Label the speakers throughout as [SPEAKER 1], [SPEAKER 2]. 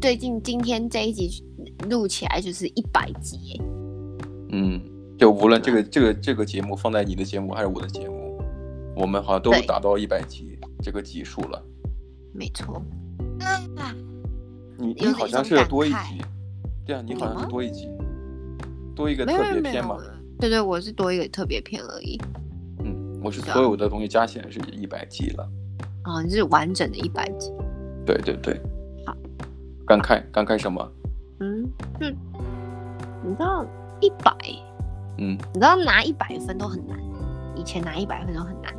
[SPEAKER 1] 最近今天这一集录起来就是一百集耶，
[SPEAKER 2] 嗯，就无论这
[SPEAKER 1] 啊
[SPEAKER 2] 个这个这个节目放在你的节目还是我的节目，我们好像都
[SPEAKER 1] 对
[SPEAKER 2] 达到一百集这个集数了。
[SPEAKER 1] 没错。啊，
[SPEAKER 2] 你
[SPEAKER 1] 有
[SPEAKER 2] 你好
[SPEAKER 1] 一
[SPEAKER 2] 像
[SPEAKER 1] 种
[SPEAKER 2] 是要
[SPEAKER 1] 感
[SPEAKER 2] 多一
[SPEAKER 1] 慨
[SPEAKER 2] 集，对啊，你好
[SPEAKER 1] 有
[SPEAKER 2] 像是
[SPEAKER 1] 吗
[SPEAKER 2] 多一集，多一个
[SPEAKER 1] 没
[SPEAKER 2] 特
[SPEAKER 1] 有没有
[SPEAKER 2] 别
[SPEAKER 1] 没
[SPEAKER 2] 篇嘛
[SPEAKER 1] 有。，对对，我是多一个特别篇而已。
[SPEAKER 2] 嗯，我是
[SPEAKER 1] 是啊
[SPEAKER 2] 所有的东西加起来是一百集了。
[SPEAKER 1] 哦，你是完整的一百集。
[SPEAKER 2] 对对对。
[SPEAKER 1] 好。
[SPEAKER 2] 感慨感慨什么？
[SPEAKER 1] 嗯，就你知道一百，
[SPEAKER 2] 嗯，
[SPEAKER 1] 你知道拿一百分都很难，以前拿一百分都很难。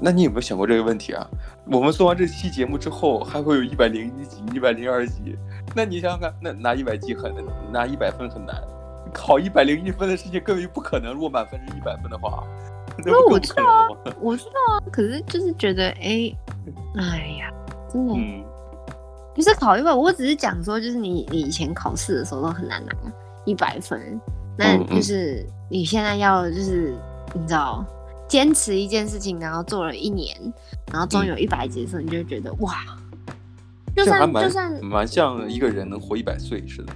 [SPEAKER 2] 那你有没有想过这个问题啊？我们做完这期节目之后，还会有一百零一集、一百零二集。那你想想看，那拿一百集很拿一百分很难，考一百零一分的事情根本就不可能。如果满分是一百分的话，那
[SPEAKER 1] 那
[SPEAKER 2] 不
[SPEAKER 1] 我
[SPEAKER 2] 更不
[SPEAKER 1] 知
[SPEAKER 2] 可能了吗？
[SPEAKER 1] 我知道啊，可是就是觉得，哎、哎呀，真的、
[SPEAKER 2] 嗯，
[SPEAKER 1] 不是考一百，我只是讲说，就是你你以前考试的时候都很难拿一百分，那
[SPEAKER 2] 嗯嗯
[SPEAKER 1] 就是你现在要就是你知道坚持一件事情，然后做了一年，然后终于有一百节的时候，你就会觉得哇，就
[SPEAKER 2] 这还
[SPEAKER 1] 算
[SPEAKER 2] 蛮
[SPEAKER 1] 就算
[SPEAKER 2] 蛮像一个人能活一百岁似的。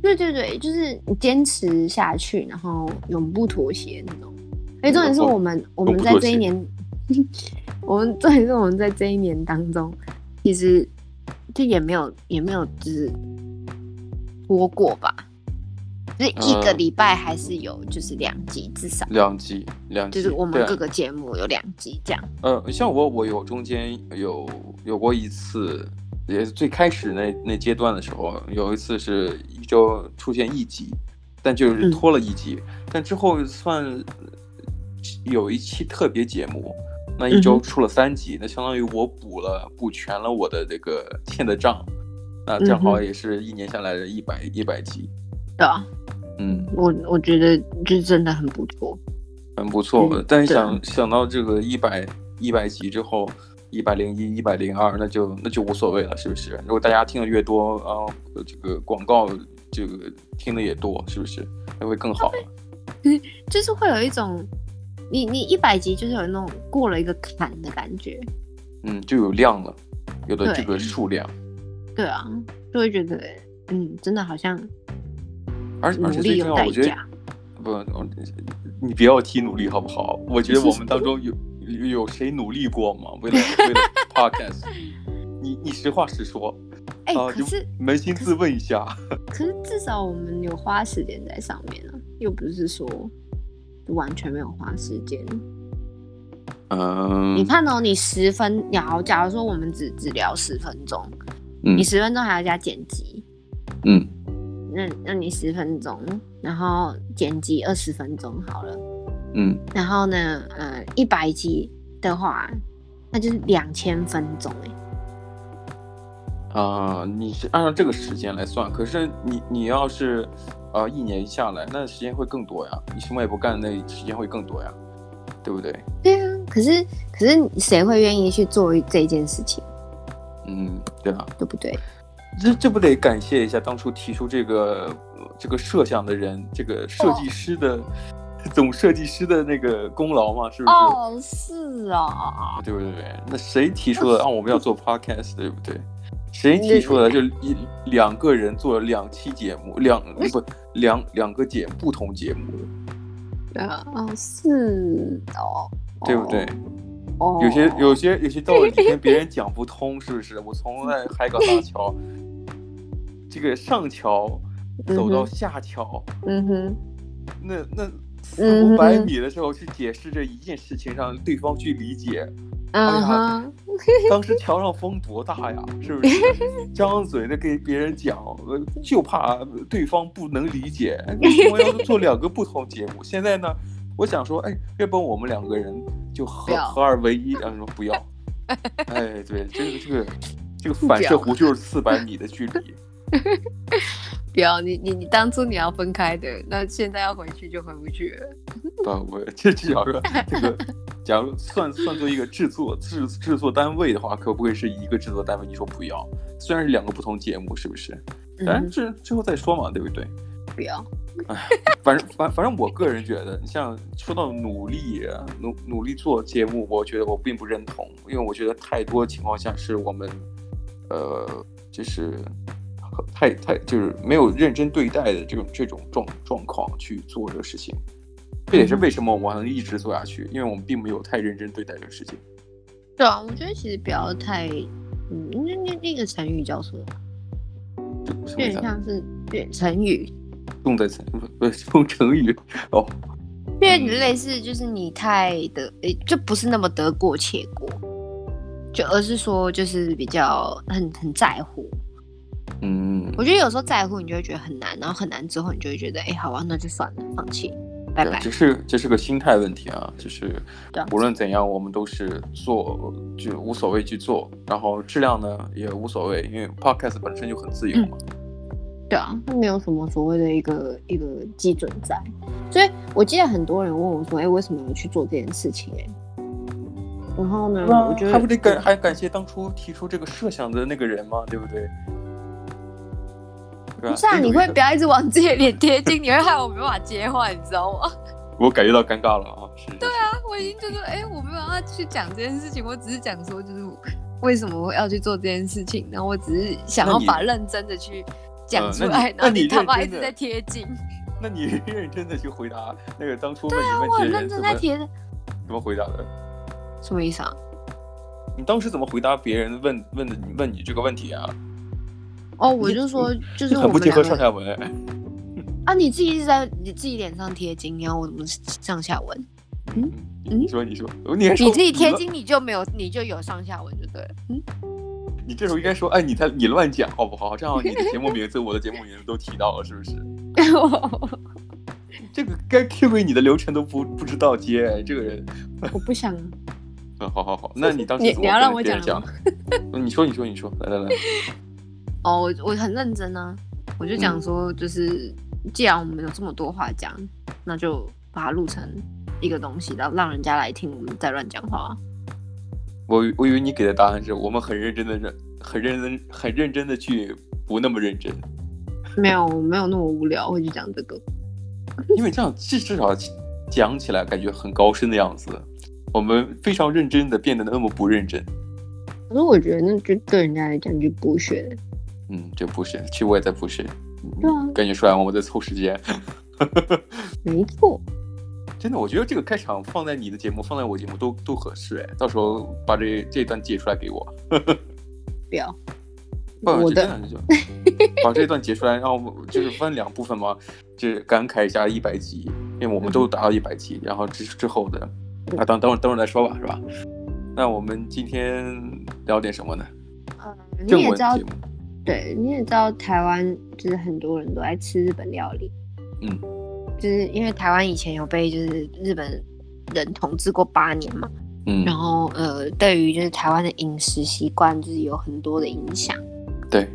[SPEAKER 1] 对对对，就是你坚持下去，然后永不妥协那种。哎，重点是我们我们在这一年，我们重点是我们在这一年当中，其实就也没有也没有就是播过吧，就是一个
[SPEAKER 2] 嗯
[SPEAKER 1] 礼拜还是有就是两集至少，
[SPEAKER 2] 两集，两
[SPEAKER 1] 就
[SPEAKER 2] 集，
[SPEAKER 1] 是我
[SPEAKER 2] 对
[SPEAKER 1] 们
[SPEAKER 2] 啊
[SPEAKER 1] 各个节目有两集这样。
[SPEAKER 2] 呃，像我，我有中间有有过一次，也是最开始那那阶段的时候，有一次是一周出现一集，但就是
[SPEAKER 1] 嗯
[SPEAKER 2] 拖了一集，但之后算有一期特别节目，那一
[SPEAKER 1] 嗯
[SPEAKER 2] 周
[SPEAKER 1] 哼
[SPEAKER 2] 出了三集，那相当于我补了补全了我的这个欠的账，那正好
[SPEAKER 1] 嗯
[SPEAKER 2] 也是一年下来的一百一百集，
[SPEAKER 1] 对啊，
[SPEAKER 2] 嗯，
[SPEAKER 1] 我我觉得就真的很不错。
[SPEAKER 2] 很不错
[SPEAKER 1] 嗯。
[SPEAKER 2] 但是
[SPEAKER 1] 对
[SPEAKER 2] 想想到这个一百一百集之后，一百零一、一百零二，那就那就无所谓了，是不是？如果大家听的越多，然后这个广告这个听的也多，是不是？那会更好。
[SPEAKER 1] 就是会有一种，你你一百集就是有那种过了一个坎的感觉，
[SPEAKER 2] 嗯，就有量了，有了这
[SPEAKER 1] 对
[SPEAKER 2] 个数量，
[SPEAKER 1] 对啊，就会觉得，嗯，真的好像
[SPEAKER 2] 而
[SPEAKER 1] 努
[SPEAKER 2] 而且
[SPEAKER 1] 力
[SPEAKER 2] 最
[SPEAKER 1] 有
[SPEAKER 2] 重要，
[SPEAKER 1] 代
[SPEAKER 2] 我觉得
[SPEAKER 1] 价。
[SPEAKER 2] 不，我你不要提努力好不好？我觉得我们当中有有有谁努力过吗？为了为 了 podcast，你你实话实说，
[SPEAKER 1] 哎、
[SPEAKER 2] 啊
[SPEAKER 1] 可
[SPEAKER 2] 就是扪心自问一下。
[SPEAKER 1] 可是至少我们有花时间在上面啊，又不是说完全没有花时间。
[SPEAKER 2] 嗯，
[SPEAKER 1] 你看哦，你十分，然后假如说我们只只聊十分钟，
[SPEAKER 2] 嗯
[SPEAKER 1] 你十分钟还要加剪辑，
[SPEAKER 2] 嗯。
[SPEAKER 1] 那那你十分钟，然后剪辑二十分钟好了。
[SPEAKER 2] 嗯
[SPEAKER 1] 然后呢，呃，一百集的话，那就是两千分钟哎、
[SPEAKER 2] 啊、你是按照这个时间来算，可是你你要是，呃，一年下来，那时间会更多呀。你什么也不干，那时间会更多呀，对不对？
[SPEAKER 1] 对啊，可是可是谁会愿意去做这件事情，
[SPEAKER 2] 嗯，对啊，
[SPEAKER 1] 对不对？
[SPEAKER 2] 这这不得感谢一下当初提出这个呃这个设想的人，这个设计师的、 总设计师的那个功劳嘛，是不哦是？，哦
[SPEAKER 1] 是啊，
[SPEAKER 2] 对不对？那谁提 出的？啊，我们要做 podcast，对不对？谁提出的？就一两个人做了两期节目，两不两两个节不同节目，
[SPEAKER 1] 哦是哦，
[SPEAKER 2] 对不对？
[SPEAKER 1] 哦，
[SPEAKER 2] 有些有些有些道理跟别人讲不通，是不是？我从那海港大桥，这个上桥走到
[SPEAKER 1] 嗯
[SPEAKER 2] 下桥，
[SPEAKER 1] 嗯哼，
[SPEAKER 2] 那那四
[SPEAKER 1] 嗯
[SPEAKER 2] 五百
[SPEAKER 1] 嗯
[SPEAKER 2] 米的时候去解释这一件事情，让对方去理解，
[SPEAKER 1] 嗯
[SPEAKER 2] 呀
[SPEAKER 1] 哼，
[SPEAKER 2] 当时桥上风多大呀，是不是？张嘴的给别人讲，呃就怕对方不能理解。哎为什么要做两个不同节目？现在呢，我想说，哎，要不然我们两个人就
[SPEAKER 1] 不
[SPEAKER 2] 合
[SPEAKER 1] 要
[SPEAKER 2] 合二为一，然后说不要。哎，对，这个这个这个反射弧就是四百米的距离。
[SPEAKER 1] 不要你你你当初你要分开的，那现在要回去就回不去了。
[SPEAKER 2] 不，我这至少说这个，假如算算作一个制作制制作单位的话，可不可以是一个制作单位？你说不要，虽然是两个不同节目，是不是？咱
[SPEAKER 1] 嗯，
[SPEAKER 2] 这之后再说嘛，对不对？
[SPEAKER 1] 不要，
[SPEAKER 2] 反正反反正我个人觉得，你像说到努力啊努努力做节目，我觉得我并不认同，因为我觉得太多情况下是我们，呃，就是太太就是没有认真对待的这种这种状状况去做这个事情。这也是为什么我们能一直做下去，因为我们并没有太认真对待这个事情。
[SPEAKER 1] 对啊，我觉得其实不要太，嗯，那那那个成语叫什么？有点像是对成语，
[SPEAKER 2] 用的成不是 用成语哦，
[SPEAKER 1] 因为类似就是你太得，诶、就不是那么得过且过，就而是说就是比较很很在乎。
[SPEAKER 2] 嗯，
[SPEAKER 1] 我觉得有时候在乎你就会觉得很难，然后很难之后你就会觉得，哎、好啊，那就算了，放弃，拜拜。
[SPEAKER 2] 这是这是个心态问题啊，就是
[SPEAKER 1] 对啊
[SPEAKER 2] 无论怎样，我们都是做就无所谓去做，然后质量呢也无所谓，因为 podcast 本身就很自由嘛。
[SPEAKER 1] 对啊，它没有什么所谓的一个一个基准在，所以我记得很多人问我说，哎、为什么要去做这件事情、哎，然后呢，
[SPEAKER 2] 那
[SPEAKER 1] 我觉得
[SPEAKER 2] 还不得
[SPEAKER 1] 啊
[SPEAKER 2] 感还感谢当初提出这个设想的那个人吗？对不对？对吧
[SPEAKER 1] 不是啊，
[SPEAKER 2] 这种
[SPEAKER 1] 你会
[SPEAKER 2] 也
[SPEAKER 1] 不要一直往自己的脸贴近，你会害我没办法接话，你知道吗？
[SPEAKER 2] 我感觉到尴尬了啊！是对啊，
[SPEAKER 1] 我已经就是哎、我没有要去讲这件事情，我只是讲说就是为什么我要去做这件事情，然后我只是想
[SPEAKER 2] 那
[SPEAKER 1] 要
[SPEAKER 2] 你
[SPEAKER 1] 把认真的去讲
[SPEAKER 2] 呃
[SPEAKER 1] 出
[SPEAKER 2] 那你
[SPEAKER 1] 来，
[SPEAKER 2] 那
[SPEAKER 1] 然后
[SPEAKER 2] 你
[SPEAKER 1] 他妈
[SPEAKER 2] 认
[SPEAKER 1] 一
[SPEAKER 2] 真
[SPEAKER 1] 直
[SPEAKER 2] 地
[SPEAKER 1] 在贴近，
[SPEAKER 2] 那你 认真的去回答那个当初问你
[SPEAKER 1] 啊我
[SPEAKER 2] 问
[SPEAKER 1] 很
[SPEAKER 2] 题的人
[SPEAKER 1] 认
[SPEAKER 2] 怎
[SPEAKER 1] 真
[SPEAKER 2] 么
[SPEAKER 1] 在贴，
[SPEAKER 2] 怎么回答的？
[SPEAKER 1] 什么意思啊？
[SPEAKER 2] 你当时怎么回答别人问问的问你这个问题啊？
[SPEAKER 1] 哦，我
[SPEAKER 2] 你
[SPEAKER 1] 就说就是
[SPEAKER 2] 这
[SPEAKER 1] 我
[SPEAKER 2] 很不
[SPEAKER 1] 们
[SPEAKER 2] 结合
[SPEAKER 1] 两
[SPEAKER 2] 上
[SPEAKER 1] 个
[SPEAKER 2] 下文哎。
[SPEAKER 1] 啊，你自己一直在你自己脸上贴金，你要我怎么上下文？嗯嗯
[SPEAKER 2] 你说你说，你还说
[SPEAKER 1] 你自己贴
[SPEAKER 2] 乱
[SPEAKER 1] 金你就没有，你就有上下文就对了，嗯。
[SPEAKER 2] 你这时候应该说，哎，你在你乱讲好不好？这样你的节目名字、我的节目名字都提到了，是不 是？这个该 Q 给你的流程都不不知道接，这个人，
[SPEAKER 1] 我不想啊，
[SPEAKER 2] 嗯，好好好，那你当时
[SPEAKER 1] 你
[SPEAKER 2] 怎
[SPEAKER 1] 你
[SPEAKER 2] 么
[SPEAKER 1] 要
[SPEAKER 2] 跟
[SPEAKER 1] 让我
[SPEAKER 2] 别人
[SPEAKER 1] 讲了
[SPEAKER 2] 讲 你说你说你说，来来来，
[SPEAKER 1] 哦，我我很认真啊，我就讲说，就是、既然我们有这么多话讲，那就把它录成一个东西，然后让人家来听我们在乱讲话。
[SPEAKER 2] 我以我以为你给的答案是我们很认真的认，很认真很认真的去，不那么认真，
[SPEAKER 1] 没有，我没有那么无聊，会去讲这个。
[SPEAKER 2] 因为这样至至少讲起来感觉很高深的样子。我们非常认真的变得那么不认真，
[SPEAKER 1] 可是我觉得那就对人家来讲就不学。
[SPEAKER 2] 嗯，这不是，其实我也在不是，嗯
[SPEAKER 1] 对啊
[SPEAKER 2] 感觉出来吗？我在凑时间。
[SPEAKER 1] 没错，
[SPEAKER 2] 真的，我觉得这个开场放在你的节目，放在我节目都都合适哎。到时候把这这段截出来给我，
[SPEAKER 1] 不要。
[SPEAKER 2] 不然
[SPEAKER 1] 我
[SPEAKER 2] 啊就真
[SPEAKER 1] 的
[SPEAKER 2] 的就把这段截出来，然后我就是分两部分嘛，就是感慨一下一百集，因为我们
[SPEAKER 1] 嗯
[SPEAKER 2] 都达到一百集，然后之之后的，啊，等等会儿等会儿再说吧，是吧？那我们今天聊点什么呢？
[SPEAKER 1] 呃，你
[SPEAKER 2] 正
[SPEAKER 1] 也
[SPEAKER 2] 文
[SPEAKER 1] 知道
[SPEAKER 2] 节，目，
[SPEAKER 1] 对，你也知道台湾就是很多人都爱吃日本料理。
[SPEAKER 2] 嗯，
[SPEAKER 1] 就是因为台湾以前有被就是日本人统治过八年嘛。
[SPEAKER 2] 嗯，
[SPEAKER 1] 然后呃，对于就是台湾的饮食习惯，就是有很多的影响，
[SPEAKER 2] 对，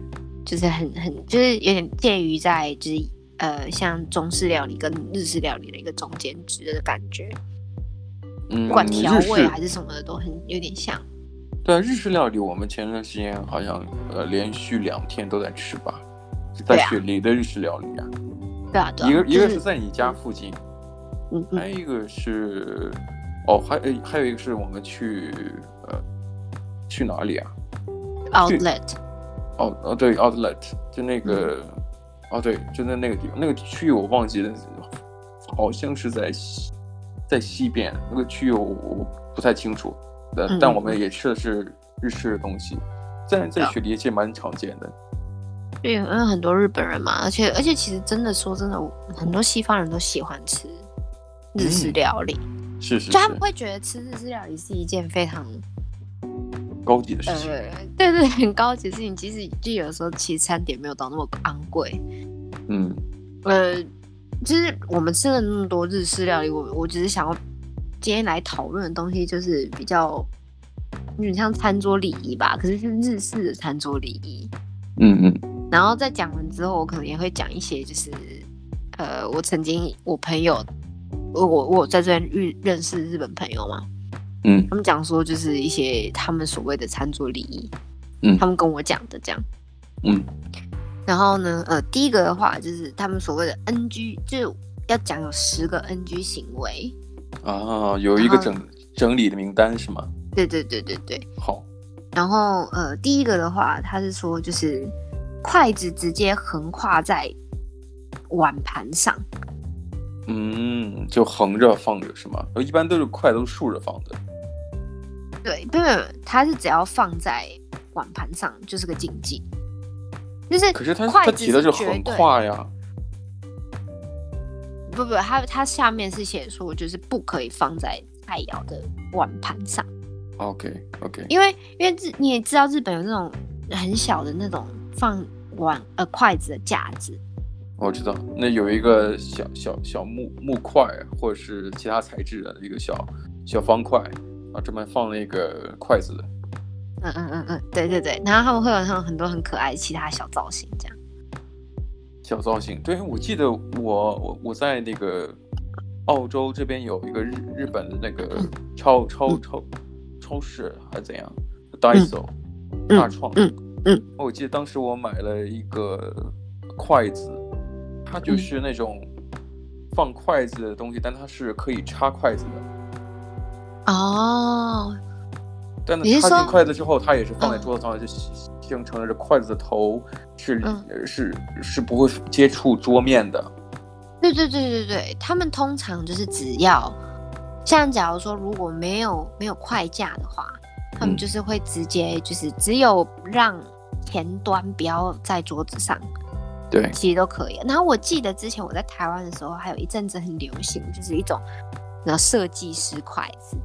[SPEAKER 1] 就是很很就是有点介于在就是呃像中式料理跟日式料理的一个中间值的感觉，
[SPEAKER 2] 嗯，
[SPEAKER 1] 不管调
[SPEAKER 2] 日
[SPEAKER 1] 味
[SPEAKER 2] 式
[SPEAKER 1] 还是什么的都很有点像。
[SPEAKER 2] 对啊，日式料理我们前段时间好像呃连续两天都在吃吧，是在
[SPEAKER 1] 对啊
[SPEAKER 2] 雪梨的日式料理啊。
[SPEAKER 1] 对啊，对啊，
[SPEAKER 2] 一个一
[SPEAKER 1] 就
[SPEAKER 2] 个是在你家附近，
[SPEAKER 1] 嗯
[SPEAKER 2] 还
[SPEAKER 1] 嗯
[SPEAKER 2] 有一个是，哦，还呃还有一个是我们去呃去哪里啊？
[SPEAKER 1] 嗯 outlet，
[SPEAKER 2] 哦哦对，Outlet，就那个、
[SPEAKER 1] 嗯
[SPEAKER 2] 哦对，就在那个地方，那个区域我忘记了，好像是在西在西边，那个区域我我不太清楚，但、
[SPEAKER 1] 嗯啊
[SPEAKER 2] 但我们也吃的是日式的东西，在在雪梨也蛮常见的，
[SPEAKER 1] 对，因为很多日本人嘛，而且而且其实真的说真的，我很多西方人都喜欢吃日式
[SPEAKER 2] 嗯
[SPEAKER 1] 料理，
[SPEAKER 2] 是是
[SPEAKER 1] 就他
[SPEAKER 2] 是
[SPEAKER 1] 们，会觉得吃日式料理是一件非常
[SPEAKER 2] 高级的事情，
[SPEAKER 1] 呃，对对，很高级的事情，其实就有时候其实餐点没有到那么昂贵。
[SPEAKER 2] 嗯
[SPEAKER 1] 呃，就是我们吃了那么多日式料理，我我只是想要今天来讨论的东西，就是比较有点像餐桌礼仪吧，可是是日式的餐桌礼仪。
[SPEAKER 2] 嗯嗯，
[SPEAKER 1] 然后在讲完之后，我可能也会讲一些，就是呃，我曾经我朋友，我我我在这边遇认识日本朋友嘛，
[SPEAKER 2] 嗯
[SPEAKER 1] 他们讲说就是一些他们所谓的餐桌礼仪，
[SPEAKER 2] 嗯
[SPEAKER 1] 他们跟我讲的这样，
[SPEAKER 2] 嗯，
[SPEAKER 1] 然后呢，呃，第一个的话就是他们所谓的 NG，就是要讲有十个 NG 行为，
[SPEAKER 2] 啊，有一个
[SPEAKER 1] 然后
[SPEAKER 2] 整整理的名单是吗？
[SPEAKER 1] 对对对对对，
[SPEAKER 2] 好，
[SPEAKER 1] 然后呃，第一个的话，他是说就是筷子直接横跨在碗盘上，
[SPEAKER 2] 嗯，就横着放着是吗？我一般都是筷都是竖着放的。
[SPEAKER 1] 对，不是，它是只要放在碗盘上就是个禁忌，就是
[SPEAKER 2] 可是他
[SPEAKER 1] 筷
[SPEAKER 2] 他
[SPEAKER 1] 子
[SPEAKER 2] 提的
[SPEAKER 1] 是绝
[SPEAKER 2] 横
[SPEAKER 1] 对
[SPEAKER 2] 跨呀，
[SPEAKER 1] 不不，它它下面是写说就是不可以放在菜肴的碗盘上，
[SPEAKER 2] OK OK，
[SPEAKER 1] 因为因为日你也知道日本有那种很小的那种放碗呃筷子的架子，
[SPEAKER 2] 我知道，那有一个小小小木木块，或者是其他材质的一个小小方块，啊，专门放那个筷子的。
[SPEAKER 1] 嗯嗯嗯嗯，对对对，然后他们会有那种很多很可爱的其他小造型这样。
[SPEAKER 2] 小造型。对，我记得我我我在那个澳洲这边有一个日日本的那个超
[SPEAKER 1] 嗯
[SPEAKER 2] 超超超市还是怎样，Daiso、
[SPEAKER 1] 嗯
[SPEAKER 2] 大创，哦
[SPEAKER 1] 嗯嗯
[SPEAKER 2] 我记得当时我买了一个筷子，它
[SPEAKER 1] 嗯
[SPEAKER 2] 就是那种放筷子的东西，但它是可以插筷子的。
[SPEAKER 1] 哦，
[SPEAKER 2] 但它
[SPEAKER 1] 你是
[SPEAKER 2] 插
[SPEAKER 1] 说
[SPEAKER 2] 进筷子之后，它也是放在
[SPEAKER 1] 嗯
[SPEAKER 2] 桌子上，就形成了这筷子的头是、
[SPEAKER 1] 嗯
[SPEAKER 2] 是是不会接触桌面的。
[SPEAKER 1] 对对对对对，他们通常就是只要像假如说如果没有没有快架的话，他们
[SPEAKER 2] 嗯
[SPEAKER 1] 就是会直接就是只有让前端不要在桌子上，
[SPEAKER 2] 对，
[SPEAKER 1] 其实都可以。然后我记得之前我在台湾的时候，还有一阵子很流行，就是一种那设计师筷子，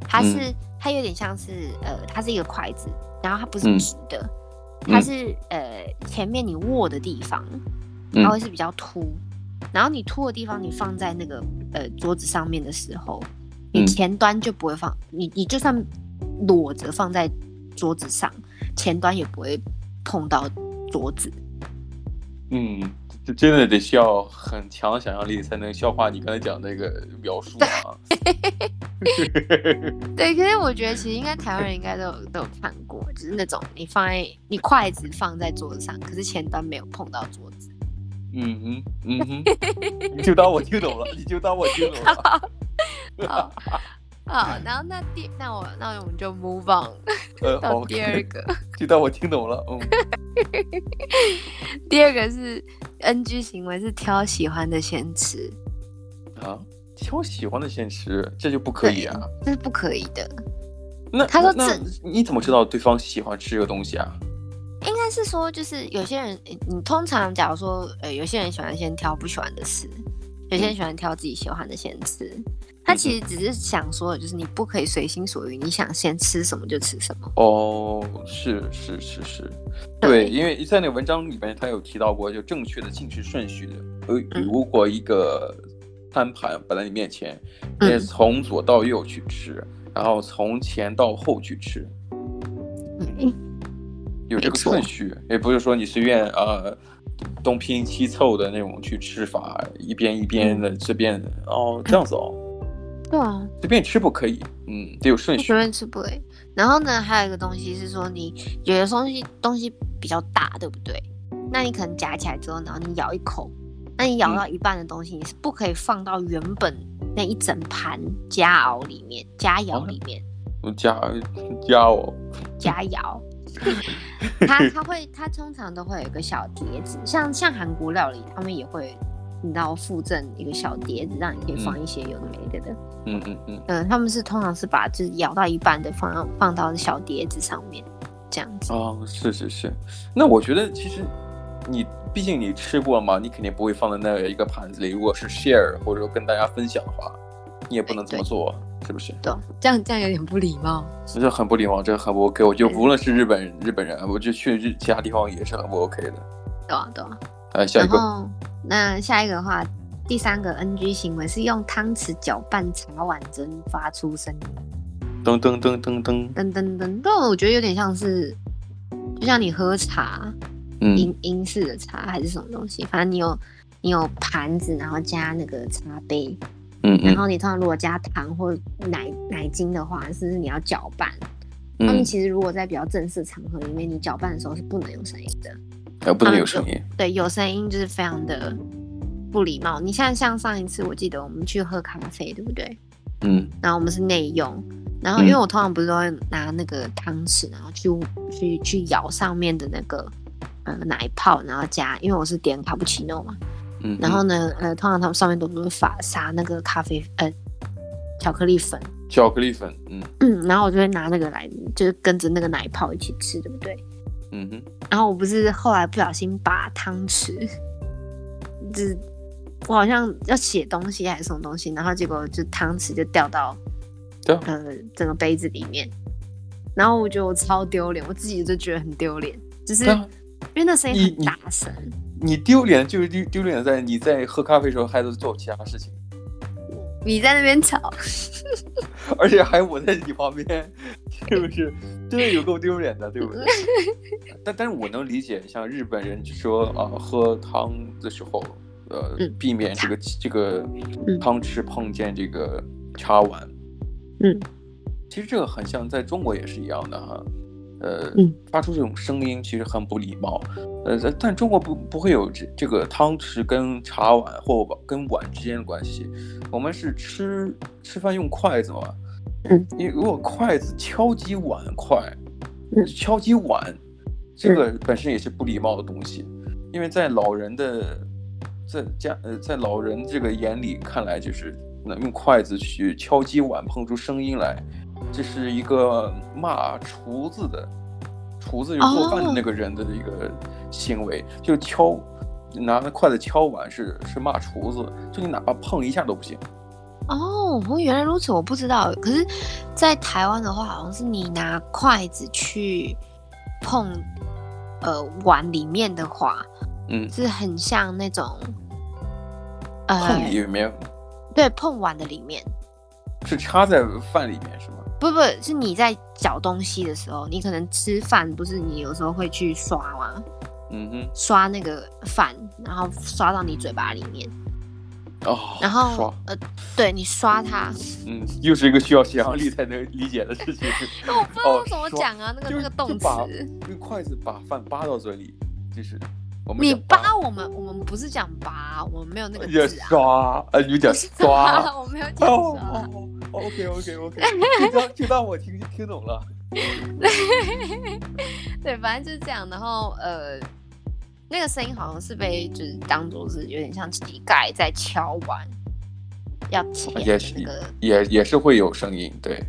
[SPEAKER 1] 它
[SPEAKER 2] 嗯
[SPEAKER 1] 是、它有点像是呃，它是一个筷子，然后它不是
[SPEAKER 2] 嗯
[SPEAKER 1] 直的，它是呃前面你握的地方，
[SPEAKER 2] 嗯
[SPEAKER 1] 它会是比较凸，然后你凸的地方你放在那个呃桌子上面的时候，你
[SPEAKER 2] 嗯
[SPEAKER 1] 前端就不会放，你你就算裸着放在桌子上，前端也不会碰到桌子。
[SPEAKER 2] 嗯，这真的得需要很强的想象力才能消化你刚才讲那个描述啊。
[SPEAKER 1] 对，可是我觉得其实应该台湾人应该都有都有看过，就是那种你放在你筷子放在桌子上，可是前端没有碰到桌子。
[SPEAKER 2] 嗯哼，嗯哼，你就当我听懂了，你就当我听懂了。
[SPEAKER 1] 好，好，然后那第那我那我们就 move on
[SPEAKER 2] 呃，
[SPEAKER 1] 到
[SPEAKER 2] 好，
[SPEAKER 1] 第二个，
[SPEAKER 2] 就当我听懂了。嗯，
[SPEAKER 1] 第二个是 NG 行为是挑喜欢的先吃，
[SPEAKER 2] 啊，挑喜欢的先吃，这就不可以啊。
[SPEAKER 1] 这是不可以的。
[SPEAKER 2] 那
[SPEAKER 1] 他说
[SPEAKER 2] 那你怎么知道对方喜欢吃这个东西啊？
[SPEAKER 1] 应该是说，就是有些人，呃你通常假如说，呃，有些人喜欢先挑不喜欢的吃，有些人喜欢挑自己喜欢的先吃。他其实只是想说，就是你不可以随心所欲，你想先吃什么就吃什么。
[SPEAKER 2] 哦，是是是是，对，因为在那个文章里面，他有提到过，就正确的进食顺序。呃，
[SPEAKER 1] 嗯
[SPEAKER 2] 如果一个餐盘摆在你面前，你
[SPEAKER 1] 嗯
[SPEAKER 2] 也从左到右去吃，然后从前到后去吃，
[SPEAKER 1] 嗯，
[SPEAKER 2] 有这
[SPEAKER 1] 没
[SPEAKER 2] 个
[SPEAKER 1] 错
[SPEAKER 2] 顺序，也不是说你随便呃东拼西凑的那种去吃法，一边一
[SPEAKER 1] 嗯
[SPEAKER 2] 边的这边的哦这样子哦，
[SPEAKER 1] 对啊，
[SPEAKER 2] 随便吃不可以，嗯，得有顺
[SPEAKER 1] 不
[SPEAKER 2] 序
[SPEAKER 1] 随。便吃不会。然后呢，还有一个东西是说你，有的东西东西比较大，对不对？那你可能夹起来之后，然后你咬一口，那你咬
[SPEAKER 2] 嗯
[SPEAKER 1] 到一半的东西，你是不可以放到原本那一整盘夹熬里面、夹咬里面。
[SPEAKER 2] 加加哦，
[SPEAKER 1] 佳 肴，它它会它通常都会有一个小碟子，像像韩国料理，他们也会，你知道附赠一个小碟子，让你可以放一些有的没的的。
[SPEAKER 2] 嗯嗯嗯，
[SPEAKER 1] 嗯，他们是通常是把就是咬到一半的放到放到小碟子上面，这样子。
[SPEAKER 2] 哦，是是是，那我觉得其实你毕竟你吃过嘛，你肯定不会放在那一个盘子里。如果是 share 或者说跟大家分享的话，你也不能这么
[SPEAKER 1] 哎对
[SPEAKER 2] 做，是不是？
[SPEAKER 1] 对，这样这样有点不礼貌。
[SPEAKER 2] 这就很不礼貌，这很不 OK。我觉得
[SPEAKER 1] 对
[SPEAKER 2] 无论是日本日本人，我就去日其他地方也是很不 OK 的。
[SPEAKER 1] 对啊，对啊。
[SPEAKER 2] 哎，下一
[SPEAKER 1] 然
[SPEAKER 2] 个，
[SPEAKER 1] 后那下一个的话，第三个 NG 行为是用汤匙搅拌茶碗蒸发出声音。
[SPEAKER 2] 噔噔噔噔噔，
[SPEAKER 1] 噔噔噔，但我觉得有点像是，就像你喝茶，
[SPEAKER 2] 嗯
[SPEAKER 1] 英英式的茶还是什么东西，反正你有你有盘子，然后加那个茶杯，
[SPEAKER 2] 嗯
[SPEAKER 1] 然
[SPEAKER 2] 嗯
[SPEAKER 1] 后你通常如果加糖或奶奶精的话，是不是你要搅拌？他们
[SPEAKER 2] 嗯，
[SPEAKER 1] 其实如果在比较正式场合里面，你搅拌的时候是不能有声音的，
[SPEAKER 2] 哎，不能
[SPEAKER 1] 他
[SPEAKER 2] 有
[SPEAKER 1] 们
[SPEAKER 2] 声音。
[SPEAKER 1] 对，有声音就是非常的不礼貌。你像像上一次，我记得我们去喝咖啡，对不对？
[SPEAKER 2] 嗯
[SPEAKER 1] 然后我们是内用，然后因为
[SPEAKER 2] 嗯
[SPEAKER 1] 我通常不是都会拿那个汤匙，然后去去去舀上面的那个呃奶泡，然后加，因为我是点卡布奇诺嘛，
[SPEAKER 2] 嗯哼，
[SPEAKER 1] 然后呢，呃，通常他们上面都是撒撒那个咖啡呃巧克力粉，
[SPEAKER 2] 巧克力粉，嗯
[SPEAKER 1] 嗯，然后我就会拿那个来，就是跟着那个奶泡一起吃，对不对？
[SPEAKER 2] 嗯哼，
[SPEAKER 1] 然后我不是后来不小心把汤匙，就是我好像要写东西还是什么东西，然后结果就汤匙就掉到
[SPEAKER 2] 对啊
[SPEAKER 1] 呃整个杯子里面，然后我觉得我超丢脸，我自己就觉得很丢脸，就是
[SPEAKER 2] 对啊
[SPEAKER 1] 因为那声音
[SPEAKER 2] 你
[SPEAKER 1] 很
[SPEAKER 2] 你
[SPEAKER 1] 大声，
[SPEAKER 2] 你丢脸就是丢丢脸在你在喝咖啡的时候还在做其他事情，
[SPEAKER 1] 你在那边吵，
[SPEAKER 2] 而且还我在你旁边， 是不是？真的有够丢脸的，对 不对？但但是我能理解，像日本人就说啊、喝汤的时候，呃，
[SPEAKER 1] 嗯
[SPEAKER 2] 避免这个这个
[SPEAKER 1] 嗯
[SPEAKER 2] 汤匙碰见这个茶碗。
[SPEAKER 1] 嗯，
[SPEAKER 2] 其实这个很像在中国也是一样的哈，呃，
[SPEAKER 1] 嗯
[SPEAKER 2] 发出这种声音其实很不礼貌。呃，但但中国不不会有这这个汤匙跟茶碗或碗跟碗之间的关系，我们是吃吃饭用筷子嘛，
[SPEAKER 1] 嗯，
[SPEAKER 2] 你如果筷子敲击碗筷，
[SPEAKER 1] 嗯
[SPEAKER 2] 敲击碗，这个本身也是不礼貌的东西，因为在老人的在家呃在老人这个眼里看来，就是能用筷子去敲击碗碰出声音来，这是一个骂厨子的，厨子就做饭的那个人的一个行为，就敲拿筷子敲碗是是骂厨子，就你哪怕碰一下都不行。
[SPEAKER 1] 哦，哦原来如此，我不知道。可是，在台湾的话，好像是你拿筷子去碰，呃，碗里面的话，
[SPEAKER 2] 嗯，
[SPEAKER 1] 是很像那种，呃，
[SPEAKER 2] 碰里面
[SPEAKER 1] 对，碰碗的里面，
[SPEAKER 2] 是插在饭里面是吗？
[SPEAKER 1] 不不，是你在搅东西的时候，你可能吃饭不是你有时候会去刷吗？
[SPEAKER 2] 嗯哼，
[SPEAKER 1] 刷那个饭，然后刷到你嘴巴里面，
[SPEAKER 2] 哦，
[SPEAKER 1] 然后
[SPEAKER 2] 刷，
[SPEAKER 1] 呃，对你刷它，
[SPEAKER 2] 嗯，又是一个需要想象力才能理解的事情。
[SPEAKER 1] 我不知道
[SPEAKER 2] 哦
[SPEAKER 1] 怎么
[SPEAKER 2] 刷
[SPEAKER 1] 讲啊，那个
[SPEAKER 2] 就
[SPEAKER 1] 那个动
[SPEAKER 2] 就把
[SPEAKER 1] 词。
[SPEAKER 2] 用筷子把饭扒到嘴里，就是我们
[SPEAKER 1] 你
[SPEAKER 2] 讲扒
[SPEAKER 1] 扒我们，我们不是讲扒，我们没有那个
[SPEAKER 2] 也
[SPEAKER 1] 字啊。
[SPEAKER 2] 刷，呃，你讲刷。
[SPEAKER 1] 我啊没有讲
[SPEAKER 2] 哦
[SPEAKER 1] 刷。
[SPEAKER 2] 哦哦，OK OK OK，就当就当我听听 懂了。
[SPEAKER 1] 对，反正就是这样。然后呃，那个声音好像是被就是当做是有点像乞丐在敲碗，要钱的
[SPEAKER 2] 哦也是
[SPEAKER 1] 哎那个
[SPEAKER 2] 也也是会有声音，对，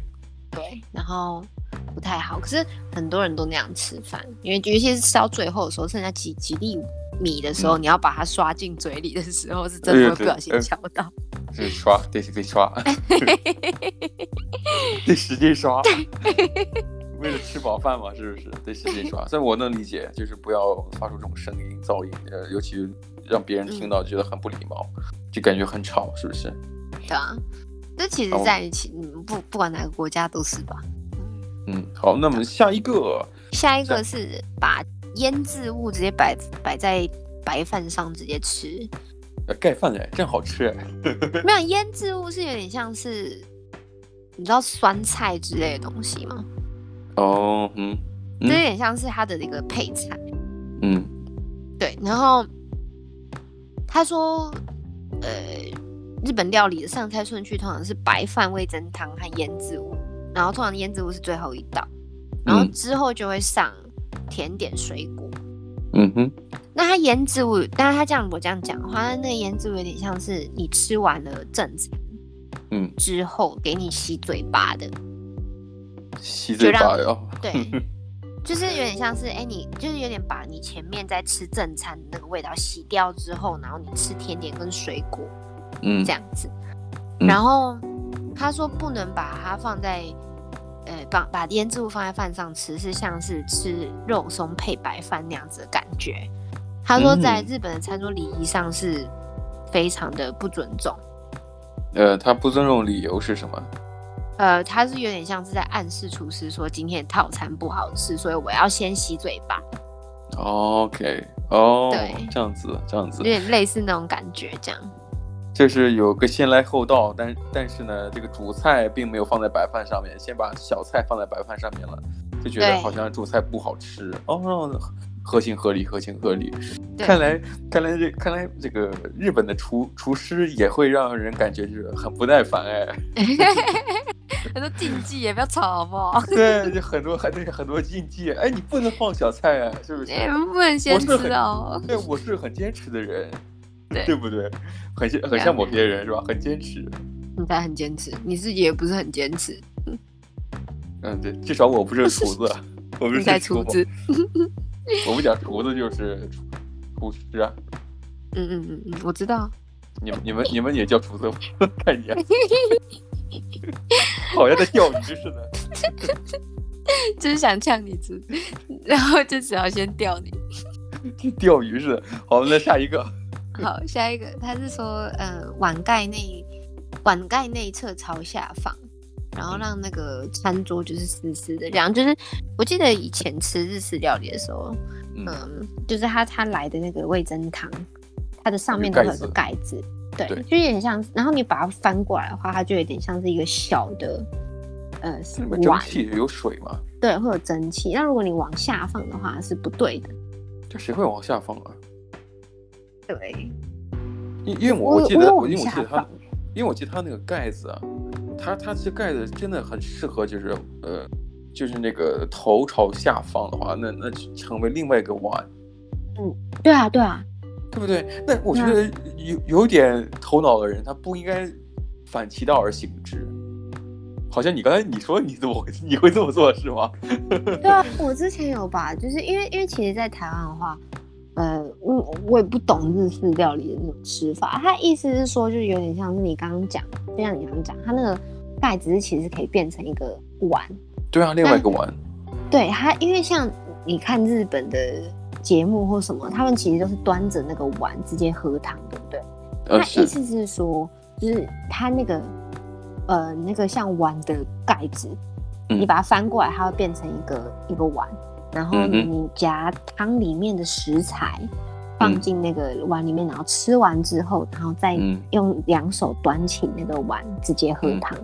[SPEAKER 1] 对，然后不太好。可是很多人都那样吃饭，因为尤其是吃到最后的时候，剩下几几粒米的时候，你要把它刷进嘴里的时候，是真的
[SPEAKER 2] 嗯对
[SPEAKER 1] 会不
[SPEAKER 2] 对
[SPEAKER 1] 小心
[SPEAKER 2] 呃
[SPEAKER 1] 敲到。
[SPEAKER 2] 是刷，得得刷， 得使劲刷。 为了吃饱饭嘛，是不是？得使劲 刷。所以我能理解，就是不要发出这种声音噪音，呃，尤其让别人听到觉得很不礼貌，就感觉很吵，是不是？
[SPEAKER 1] 对啊，这其实
[SPEAKER 2] 好
[SPEAKER 1] 在一起，嗯不不管哪个国家都是吧。
[SPEAKER 2] 嗯，好，那么下一个，
[SPEAKER 1] 下一个是把腌制物直接摆摆在白饭上直接吃，
[SPEAKER 2] 呃盖饭哎，真好吃哎。
[SPEAKER 1] 没有腌制物是有点像是你知道酸菜之类的东西吗？
[SPEAKER 2] 哦，嗯
[SPEAKER 1] 就
[SPEAKER 2] 嗯
[SPEAKER 1] 有点像是它的一个配菜。
[SPEAKER 2] 嗯
[SPEAKER 1] 对，然后他说，呃，日本料理的上菜顺序通常是白饭、味噌汤和腌制物，然后通常腌制物是最后一道，然后
[SPEAKER 2] 嗯
[SPEAKER 1] 之后就会上甜点、水果。
[SPEAKER 2] 嗯哼，
[SPEAKER 1] 那它腌制物，但是它这样我这样讲的话，那个腌制物有点像是你吃完了正餐
[SPEAKER 2] 嗯，
[SPEAKER 1] 之后给你洗嘴巴的，
[SPEAKER 2] 吸嘴巴呀。
[SPEAKER 1] 对， 就是有点像是哎、你就是有点把你前面在吃正餐的那个味道洗掉之后，然后你吃甜点跟水果
[SPEAKER 2] 嗯
[SPEAKER 1] 这样子。
[SPEAKER 2] 嗯
[SPEAKER 1] 然后他说不能把它放在，呃，把把腌制物放在饭上吃，是像是吃肉松配白饭那样子的感觉。他说在
[SPEAKER 2] 嗯
[SPEAKER 1] 日本的餐桌礼仪上是非常的不尊重，
[SPEAKER 2] 呃，他不尊重理由是什么？
[SPEAKER 1] 呃，他是有点像是在暗示厨师说今天的套餐不好吃，所以我要先洗嘴巴，
[SPEAKER 2] OK，哦
[SPEAKER 1] 对，
[SPEAKER 2] 这样子，这样子
[SPEAKER 1] 有，点类似那种感觉这样。
[SPEAKER 2] 就是有个先来后到，但但是呢，这个主菜并没有放在白饭上面，先把小菜放在白饭上面了，就觉得
[SPEAKER 1] 对
[SPEAKER 2] 好像主菜不好吃哦，合情合理，合情合理。
[SPEAKER 1] 对
[SPEAKER 2] 看来看来这看来这个 日本的厨厨师也会让人感觉就是很不耐烦哎。
[SPEAKER 1] 很多禁忌也不要吵好不好？
[SPEAKER 2] 对，就很多很多很多禁忌。哎，你不能放小菜啊，是不是？
[SPEAKER 1] 你们不能先
[SPEAKER 2] 我是
[SPEAKER 1] 吃
[SPEAKER 2] 很
[SPEAKER 1] 哦。
[SPEAKER 2] 对，我是很坚持的人，
[SPEAKER 1] 对
[SPEAKER 2] 对不对？很像很像某些人是吧？很坚持。
[SPEAKER 1] 你才很坚持，你自己也不是很坚持，
[SPEAKER 2] 嗯，对，至少我不是厨 子，我不
[SPEAKER 1] 你
[SPEAKER 2] 是
[SPEAKER 1] 才出
[SPEAKER 2] 厨子
[SPEAKER 1] 资。
[SPEAKER 2] 我不讲厨子就是厨厨师啊。
[SPEAKER 1] 嗯嗯嗯嗯，我知 道。
[SPEAKER 2] 你们你们你们也叫厨子吗？看你、啊，好像在钓鱼似的。
[SPEAKER 1] 就是想呛你吃，然后就只要先吊你。
[SPEAKER 2] 钓鱼似的。好，那下一个，
[SPEAKER 1] 好，下一个，他是说，呃，碗盖内碗盖内侧朝下放，然后让那个餐桌就是湿湿的，这样就是我记得以前吃日式料理的时候，
[SPEAKER 2] 嗯，
[SPEAKER 1] 嗯，就是它它来的那个味噌汤，它的上面
[SPEAKER 2] 有
[SPEAKER 1] 都
[SPEAKER 2] 一个
[SPEAKER 1] 会有个盖子，对，
[SPEAKER 2] 对
[SPEAKER 1] 就有点像，然后你把它翻过来的话，它就有点像是一个小的。呃，
[SPEAKER 3] 嗯
[SPEAKER 2] 那里面蒸
[SPEAKER 1] 碗
[SPEAKER 2] 汽有水吗？
[SPEAKER 1] 对，会有蒸汽。那如果你往下放的话是不对的，
[SPEAKER 2] 这谁会往下放啊？
[SPEAKER 1] 对，
[SPEAKER 2] 因因为
[SPEAKER 3] 我
[SPEAKER 2] 我记
[SPEAKER 3] 我
[SPEAKER 2] 得，
[SPEAKER 3] 有
[SPEAKER 2] 我因为我
[SPEAKER 3] 往
[SPEAKER 2] 记得
[SPEAKER 3] 下放
[SPEAKER 2] 它，因为我记得它那个盖子啊，它它这盖子真的很适合，就是呃，就是那个头朝下放的话，那那就成为另外一个碗，
[SPEAKER 3] 对啊，对啊，
[SPEAKER 2] 对不对？那我觉
[SPEAKER 3] 那
[SPEAKER 2] 得有有点头脑的人，他不应该反其道而行之。好像你刚才你说你怎么会你会这么做是吗？
[SPEAKER 3] 对啊，我之前有吧，就是因为因为其实，在台湾的话，呃，我我也不懂日式料理的那种吃法。它意思是说，就是有点像是你刚刚讲，就像你刚刚讲，它那个盖子是其实可以变成一个碗。
[SPEAKER 2] 对啊，另外一个碗，
[SPEAKER 3] 对它，因为像你看日本的节目或什么，他们其实都是端着那个碗直接喝汤，对不对？
[SPEAKER 2] 呃
[SPEAKER 3] 它
[SPEAKER 2] 是
[SPEAKER 3] 意，思是说，就是它那个呃那个像碗的盖子，
[SPEAKER 2] 嗯
[SPEAKER 3] 你把它翻过来，它会变成一个一个碗，然后
[SPEAKER 2] 嗯哼
[SPEAKER 3] 你夹汤里面的食材放
[SPEAKER 2] 嗯
[SPEAKER 3] 进那个碗里面，然后吃完之后，然后再
[SPEAKER 2] 嗯
[SPEAKER 3] 用两手端起那个碗直接喝
[SPEAKER 2] 嗯
[SPEAKER 3] 汤。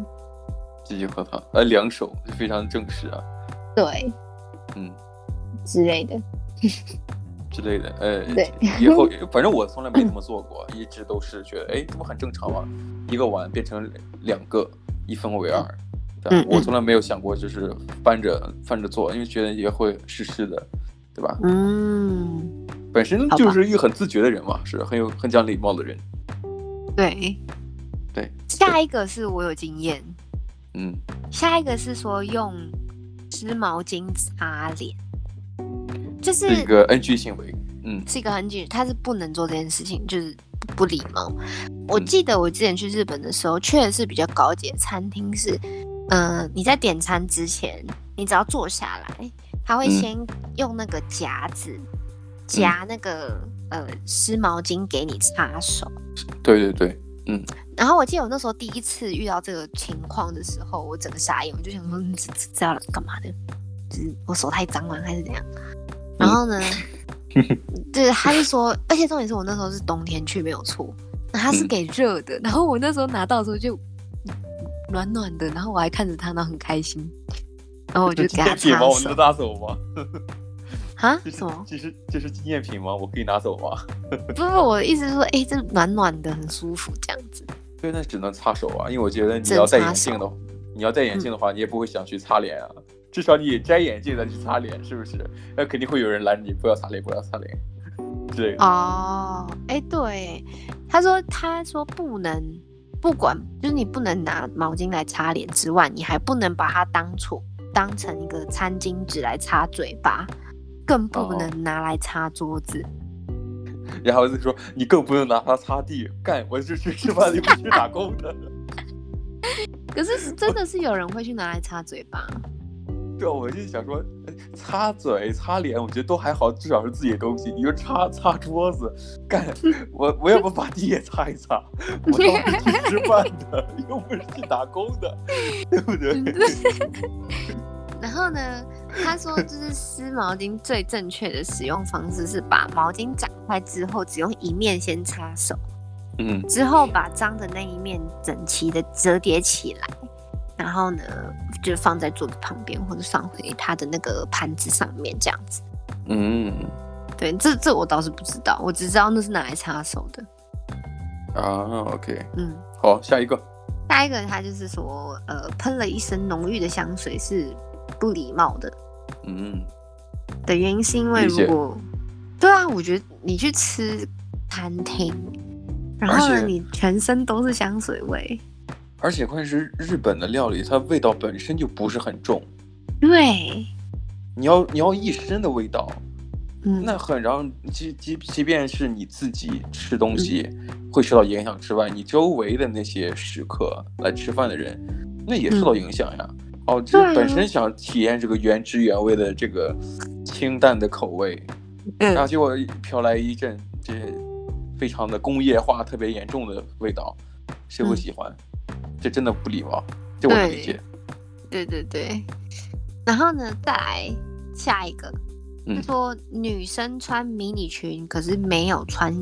[SPEAKER 2] 继续喝汤，呃，两手非常正式啊，
[SPEAKER 3] 对，
[SPEAKER 2] 嗯
[SPEAKER 3] 之类的，
[SPEAKER 2] 之类的，呃，
[SPEAKER 3] 对，
[SPEAKER 2] 以后反正我从来没这么做过，一直都是觉得，哎，这不很正常吗？一个碗变成两个，一分为二，对
[SPEAKER 1] 嗯
[SPEAKER 2] 吧？我从来没有想过就是翻着翻着做，因为觉得也会湿湿的，对吧？
[SPEAKER 1] 嗯，
[SPEAKER 2] 本身
[SPEAKER 1] 好吧
[SPEAKER 2] 就是一个很自觉的人嘛，是很有很讲礼貌的人，
[SPEAKER 1] 对
[SPEAKER 2] 对。
[SPEAKER 1] 下一个是我有经验，
[SPEAKER 2] 嗯，
[SPEAKER 1] 下一个是说用湿毛巾擦脸，就是
[SPEAKER 2] 是一个 NG 行为，嗯
[SPEAKER 1] 是一个很紧，他是不能做这件事情，就是不不礼貌。
[SPEAKER 2] 嗯
[SPEAKER 1] 我记得我之前去日本的时候，确实是比较高级的餐厅是，呃，你在点餐之前，你只要坐下来，他会
[SPEAKER 2] 嗯
[SPEAKER 1] 先用那个夹子夹那个、呃湿毛巾给你擦手。
[SPEAKER 2] 对对对，
[SPEAKER 1] 然后我记得我那时候第一次遇到这个情况的时候，我整个傻眼，我就想说，嗯这这这要干嘛呢？就是我手太脏了还是怎样？然后呢，就是他就说，而且重点是我那时候是冬天去没有错，那他是
[SPEAKER 2] 嗯
[SPEAKER 1] 给热的，然后我那时候拿到的时候就暖暖的，然后我还看着他，然后很开心，然 后我就给他
[SPEAKER 2] 这是纪念品吗？
[SPEAKER 1] 擦
[SPEAKER 2] 我能
[SPEAKER 1] 手
[SPEAKER 2] 拿走吗？
[SPEAKER 1] 啊
[SPEAKER 2] 这是
[SPEAKER 1] 什么？
[SPEAKER 2] 这是这是纪念品吗？我可以拿走吗？
[SPEAKER 1] 不不，我的意思是说，哎、这暖暖的很舒服这样子，
[SPEAKER 2] 对，那只能擦手啊，因为我觉得你
[SPEAKER 1] 只能
[SPEAKER 2] 要戴
[SPEAKER 1] 擦
[SPEAKER 2] 眼镜的，你要戴眼镜的
[SPEAKER 1] 嗯
[SPEAKER 2] 话，你也不会想去擦脸啊。至少你也摘眼镜再去擦脸，是不是？那肯定会有人拦着你，不要擦脸，不要擦脸之类的。
[SPEAKER 1] 哦，哎，对，他说他说不能，不管就是你不能拿毛巾来擦脸之外，你还不能把它当做当成一个餐巾纸来擦嘴巴，更不
[SPEAKER 2] 哦
[SPEAKER 1] 能拿来擦桌子。
[SPEAKER 2] 然后就说你更不能拿它擦地，干，我是去吃饭的，不去打工的。
[SPEAKER 1] 可是是真的是有人会去拿来擦嘴 巴，
[SPEAKER 2] 对，我就想说，哎擦嘴、擦脸，我觉得都还好，至少是自己的东西。你就擦擦桌子，干，我我要不把地也擦一擦，我到底是去吃饭的，又不是去打工的，对不对？
[SPEAKER 1] 然后呢，他说就是湿毛巾最正确的使用方式是把毛巾展开之后，只用一面先擦手。
[SPEAKER 2] 嗯，
[SPEAKER 1] 之后把脏的那一面整齐的折叠起来，然后呢，就放在桌子旁边或者放回他的那个盘子上面这样子。
[SPEAKER 2] 嗯
[SPEAKER 1] 对，这这我倒是不知道，我只知道那是拿来擦手的。
[SPEAKER 2] 啊，OK，
[SPEAKER 1] 嗯，
[SPEAKER 2] 好，下一个，
[SPEAKER 1] 下一个他就是说，呃，喷了一身浓郁的香水是不礼貌的。
[SPEAKER 2] 嗯，
[SPEAKER 1] 的原因是因为
[SPEAKER 2] 理解
[SPEAKER 1] 如果，对啊，我觉得你去吃餐厅，然
[SPEAKER 2] 而
[SPEAKER 1] 后呢，
[SPEAKER 2] 且
[SPEAKER 1] 你全身都是香水味，
[SPEAKER 2] 而且关键是日本的料理，它味道本身就不是很重，
[SPEAKER 1] 对，
[SPEAKER 2] 你要你要一身的味道，
[SPEAKER 1] 嗯，
[SPEAKER 2] 那很让即即即便是你自己吃东西
[SPEAKER 1] 嗯
[SPEAKER 2] 会受到影响之外，你周围的那些食客来吃饭的人，那也受到影响呀。哦，这
[SPEAKER 1] 嗯对啊
[SPEAKER 2] 本身想体验这个原汁原味的这个清淡的口味，然后
[SPEAKER 1] 嗯，
[SPEAKER 2] 结果飘来一阵这非常的工业化特别严重的味道，谁会
[SPEAKER 1] 嗯
[SPEAKER 2] 喜欢？这真的不礼貌，这我能理
[SPEAKER 1] 对
[SPEAKER 2] 解。
[SPEAKER 1] 对对对。然后呢，再来下一个，
[SPEAKER 2] 嗯
[SPEAKER 1] 他说女生穿迷你裙，可是没有穿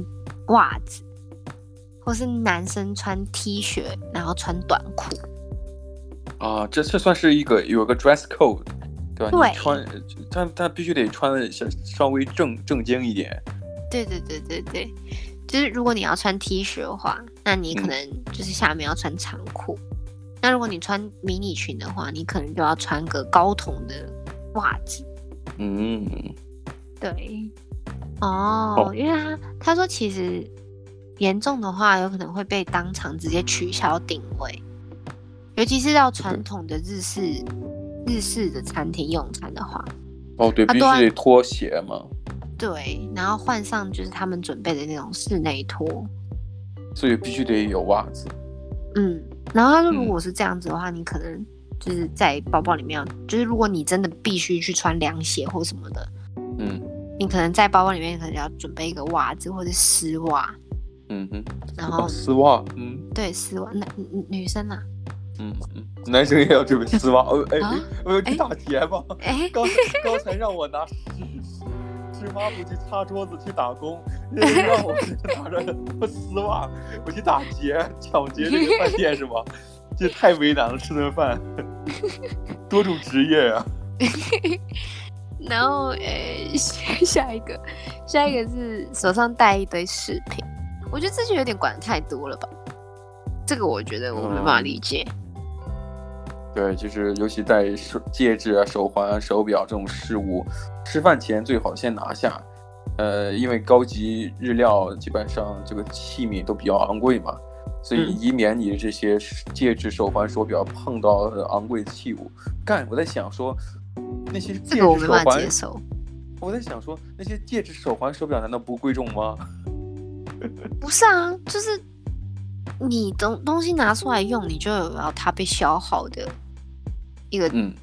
[SPEAKER 1] 袜子，或是男生穿 T 恤，然后穿短裤。
[SPEAKER 2] 啊，这这算是一个有个 dress code，对吧？
[SPEAKER 1] 对
[SPEAKER 2] 你穿，他他必须得穿的稍稍微正正经一点。
[SPEAKER 1] 对对对对对，就是如果你要穿 T 恤的话，那你可
[SPEAKER 2] 嗯
[SPEAKER 1] 能就是下面要穿长裤。那如果你穿迷你裙的话，你可能就要穿个高筒的袜子。
[SPEAKER 2] 嗯，
[SPEAKER 1] 对，哦，
[SPEAKER 2] 哦
[SPEAKER 1] 因为他他说其实严重的话，有可能会被当场直接取消定位，尤其是到传统的日式日式的餐厅用餐的话，
[SPEAKER 2] 哦对，
[SPEAKER 1] 啊
[SPEAKER 2] 必须
[SPEAKER 1] 对啊
[SPEAKER 2] 得脱鞋嘛，
[SPEAKER 1] 对，然后换上就是他们准备的那种室内拖，
[SPEAKER 2] 所以必须得有袜子。
[SPEAKER 1] 嗯，然后他说，
[SPEAKER 2] 嗯
[SPEAKER 1] 如果是这样子的话，你可能就是在包包里面要，就是如果你真的必须去穿凉鞋或什么的，
[SPEAKER 2] 嗯
[SPEAKER 1] 你可能在包包里面可能要准备一个袜子或者丝袜，
[SPEAKER 2] 嗯哼，
[SPEAKER 1] 然后
[SPEAKER 2] 哦丝袜，嗯
[SPEAKER 1] 对丝袜，男女女生啊，
[SPEAKER 2] 嗯嗯，男生也要准备丝袜。哦哎
[SPEAKER 1] 啊，
[SPEAKER 2] 呃，
[SPEAKER 1] 哎
[SPEAKER 2] 大姐吧，
[SPEAKER 1] 哎，
[SPEAKER 2] 刚刚才让我拿湿抹布去擦桌子去打工，让我去拿着丝袜我去打劫抢劫这个饭店是吗？这太为难了，吃顿饭，多种职业啊呀、
[SPEAKER 1] 然后呃， 下下一个，下一个是手上带一堆饰品，我觉得这就有点管得太多了吧，这个我觉得我没办法
[SPEAKER 2] 嗯
[SPEAKER 1] 理解，
[SPEAKER 2] 对，就是尤其在手戒指啊、手环啊、手表这种事物，吃饭前最好先拿下。呃，因为高级日料基本上这个器皿都比较昂贵嘛，所以
[SPEAKER 1] 嗯
[SPEAKER 2] 以免你这些戒指、手环、手表碰到呃昂贵器物。干，我在想说，那些戒
[SPEAKER 1] 这个我
[SPEAKER 2] 指、
[SPEAKER 1] 没
[SPEAKER 2] 手
[SPEAKER 1] 办法
[SPEAKER 2] 环
[SPEAKER 1] 接，受，
[SPEAKER 2] 我在想说，那些戒指、手环、手表难道不贵重吗？
[SPEAKER 1] 不是啊，就是你东东西拿出来用，你就有要它被消耗的一个、
[SPEAKER 2] 嗯，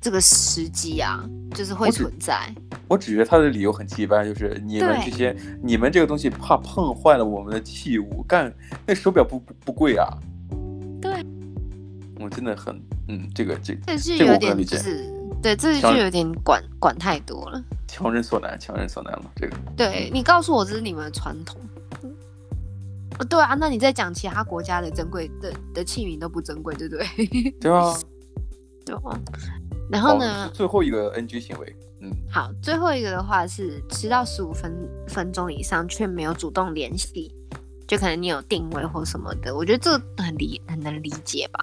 [SPEAKER 1] 这个时机啊，就是
[SPEAKER 2] 我
[SPEAKER 1] 会
[SPEAKER 2] 只
[SPEAKER 1] 存在。
[SPEAKER 2] 我只觉得他的理由很鸡掰，就是你们
[SPEAKER 1] 对
[SPEAKER 2] 这些，你们这个东西怕碰坏了我们的器物，干那手表不不不贵啊？
[SPEAKER 1] 对，
[SPEAKER 2] 我真的很，嗯，这个这
[SPEAKER 1] 这是
[SPEAKER 2] 这个
[SPEAKER 1] 有
[SPEAKER 2] 我不
[SPEAKER 1] 点
[SPEAKER 2] 能理
[SPEAKER 1] 就
[SPEAKER 2] 解，
[SPEAKER 1] 是对，这就
[SPEAKER 2] 强
[SPEAKER 1] 有点管管太多了。
[SPEAKER 2] 强人所难，强人所难了。这个
[SPEAKER 1] 对你告诉我这是你们的传统。呃对啊，那你再讲其他国家的珍贵的的器皿都不珍贵，对不对？
[SPEAKER 2] 对啊，
[SPEAKER 1] 对吧？然
[SPEAKER 2] 好
[SPEAKER 1] 后呢，
[SPEAKER 2] 最后一个 NG 行为，嗯，
[SPEAKER 1] 好，最后一个的话是迟到十五分分钟以上却没有主动联系，就可能你有定位或什么的，我觉得这个很理很能理解吧，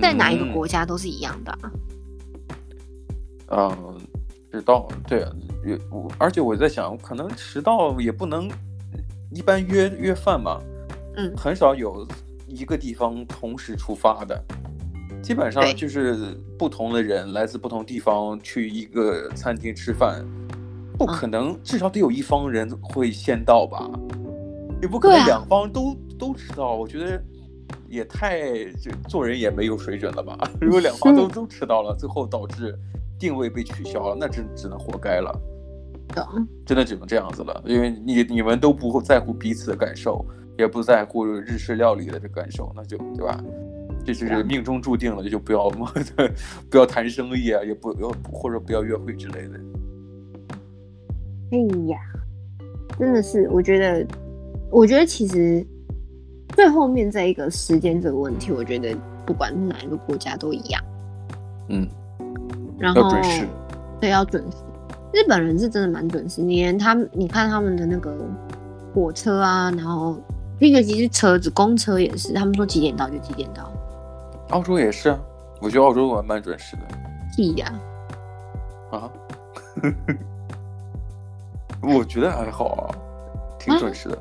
[SPEAKER 1] 在哪一个国家都是一样的啊、
[SPEAKER 2] 嗯？嗯，迟到，对啊，也我而且我在想，可能迟到也不能，一般约约饭嘛，
[SPEAKER 1] 嗯
[SPEAKER 2] 很少有一个地方同时出发的，基本上
[SPEAKER 1] 对
[SPEAKER 2] 就是不同的人来自不同地方去一个餐厅吃饭，不
[SPEAKER 1] 嗯
[SPEAKER 2] 可能，至少得有一方人会先到吧，也不可
[SPEAKER 1] 对
[SPEAKER 2] 能
[SPEAKER 1] 啊
[SPEAKER 2] 两方都、都迟到，我觉得。也太这做人也没有水准了吧？如果两方都都迟到了，最后导致定位被取消了，那真只能活该了。
[SPEAKER 1] 懂
[SPEAKER 2] 真的只能这样子了，因为你你们都不会在乎彼此的感受，也不在乎日式料理的这感受，那就对吧？这就
[SPEAKER 1] 对啊
[SPEAKER 2] 是命中注定了，就不要 不要谈生意啊，也不要或者不要约会之类的。
[SPEAKER 4] 哎呀，真的是，我觉得，我觉得其实最后面这一个时间这个问题，我觉得不管是哪一个国家都一样。
[SPEAKER 2] 嗯，
[SPEAKER 4] 然后
[SPEAKER 2] 要准时。
[SPEAKER 4] 对，要准时。日本人是真的蛮准时，你连他们，你看他们的那个火车啊，然后
[SPEAKER 5] 那个其实车子、公车也是，他们说几点到就几点到。
[SPEAKER 2] 澳洲也是啊，我觉得澳洲还蛮准时的
[SPEAKER 5] 屁呀、
[SPEAKER 2] 啊。 我觉得还好啊，挺准时的。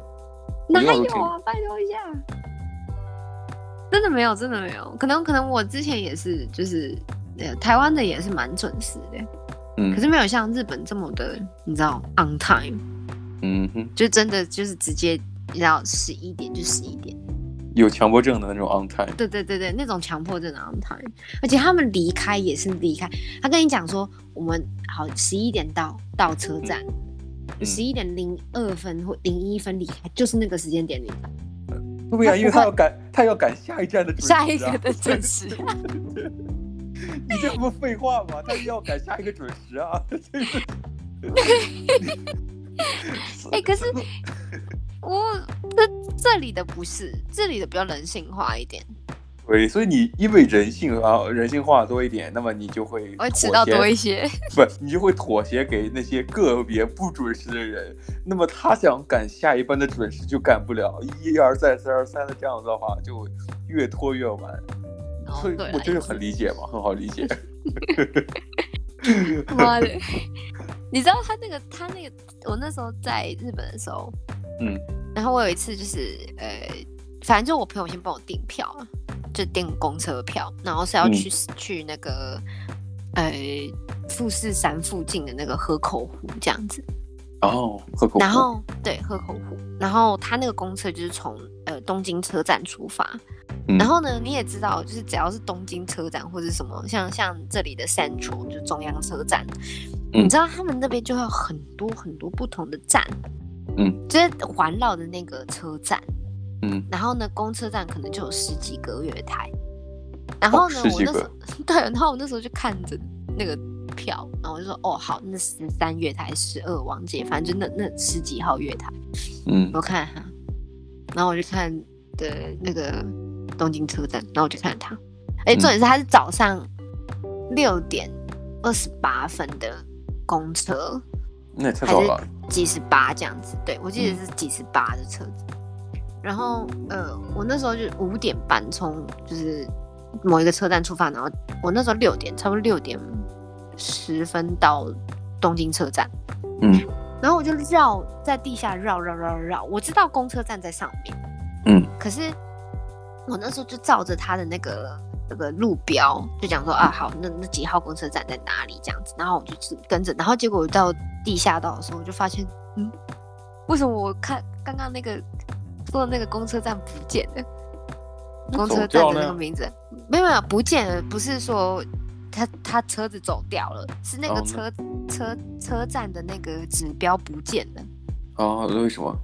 [SPEAKER 5] 哪
[SPEAKER 2] 我觉得澳洲
[SPEAKER 5] 有
[SPEAKER 2] 挺
[SPEAKER 5] 啊？拜托一下，真的没有，真的没有。可能可能我之前也是，就是呃，台湾的也是蛮准时的，
[SPEAKER 2] 嗯
[SPEAKER 5] 可是没有像日本这么的，你知道 on time，
[SPEAKER 2] 嗯哼，
[SPEAKER 1] 就真的就是直接，你知道十一点就十一点，
[SPEAKER 2] 有强迫症的那种 on time。
[SPEAKER 1] 对对对对，那种强迫症的 on time，而且他们离开也是离开，他跟你讲说我们好十一点到到车站，
[SPEAKER 2] 嗯
[SPEAKER 1] 十一、点零二分或零一分离开，就是那个时间点离开，
[SPEAKER 2] 对呀，因为他要赶，他要赶下一站的准时啊
[SPEAKER 1] 下一个的准 时。
[SPEAKER 2] 你这不废话吗？他要赶下一个准时啊！
[SPEAKER 1] 哎、可 是我这这里的不是，这里的比较人性化一点，
[SPEAKER 2] 对，所以你因为人性啊，人性化多一点，那么你就会
[SPEAKER 1] 我会迟到
[SPEAKER 2] 妥协
[SPEAKER 1] 多一 些。
[SPEAKER 2] 不，你就会妥协给那些个别不准时的人。那么他想赶下一班的准时就赶不了，一而再，再而三的这样子的话，就越拖越晚。
[SPEAKER 1] 哦
[SPEAKER 2] 所以
[SPEAKER 1] 对啦
[SPEAKER 2] 我真
[SPEAKER 1] 也
[SPEAKER 2] 是很理解嘛，很好理解。
[SPEAKER 1] 妈的！你知道他那个他那个，我那时候在日本的时候，
[SPEAKER 2] 嗯，
[SPEAKER 1] 然后我有一次就是呃，反正就我朋友先帮我订票啊，就订公车票，然后是要
[SPEAKER 2] 嗯
[SPEAKER 1] 去、去那个呃富士山附近的那个河口湖这样子，
[SPEAKER 2] 哦，喝口
[SPEAKER 1] 然后对河口湖，然后他那个公车就是从呃东京车站出发，
[SPEAKER 2] 嗯
[SPEAKER 1] 然后呢，你也知道，就是只要是东京车站或者什么，像像这里的 Central 就是中央车站，
[SPEAKER 2] 嗯
[SPEAKER 1] 你知道他们那边就会有很多很多不同的站，
[SPEAKER 2] 嗯，
[SPEAKER 1] 就是环绕的那个车站，
[SPEAKER 2] 嗯，
[SPEAKER 1] 然后呢，公车站可能就有十几个月台，然后呢，
[SPEAKER 2] 哦十
[SPEAKER 1] 我
[SPEAKER 2] 几
[SPEAKER 1] 那
[SPEAKER 2] 个
[SPEAKER 1] 时候 对，然后我那时候就看着那个票，然后我就说，哦，好，那十三月台、十二王街，反正就那那十几号月台。
[SPEAKER 2] 嗯
[SPEAKER 1] 我看哈，然后我就看的那个东京车站，然后我就看他，哎、
[SPEAKER 2] 嗯
[SPEAKER 1] 重点是他是早上六点二十八分的公车，
[SPEAKER 2] 那也太
[SPEAKER 1] 还
[SPEAKER 2] 早
[SPEAKER 1] 是
[SPEAKER 2] 了。
[SPEAKER 1] 几十八这样子，对我记得是几十八的车子。然后呃，我那时候就五点半从就是某一个车站出发，然后我那时候六点，差不多六点十分到东京车站。
[SPEAKER 2] 嗯
[SPEAKER 1] 然后我就绕在地下绕绕绕绕绕，我知道公车站在上面，
[SPEAKER 2] 嗯，
[SPEAKER 1] 可是我那时候就照着他的那个那个路标，就讲说啊好，那那几号公车站在哪里这样子，然后我就跟着，然后结果我到地下道的时候，我就发现，嗯，为什么我看刚刚那个坐的那个公车站不见了？公车站
[SPEAKER 2] 走
[SPEAKER 1] 的
[SPEAKER 2] 掉
[SPEAKER 1] 那
[SPEAKER 2] 了
[SPEAKER 1] 个名字没有没有不见了，不是说他他车子走掉了，是那个
[SPEAKER 2] 哦那
[SPEAKER 1] 车、车车站的那个指标不见了。
[SPEAKER 2] 啊，为什么？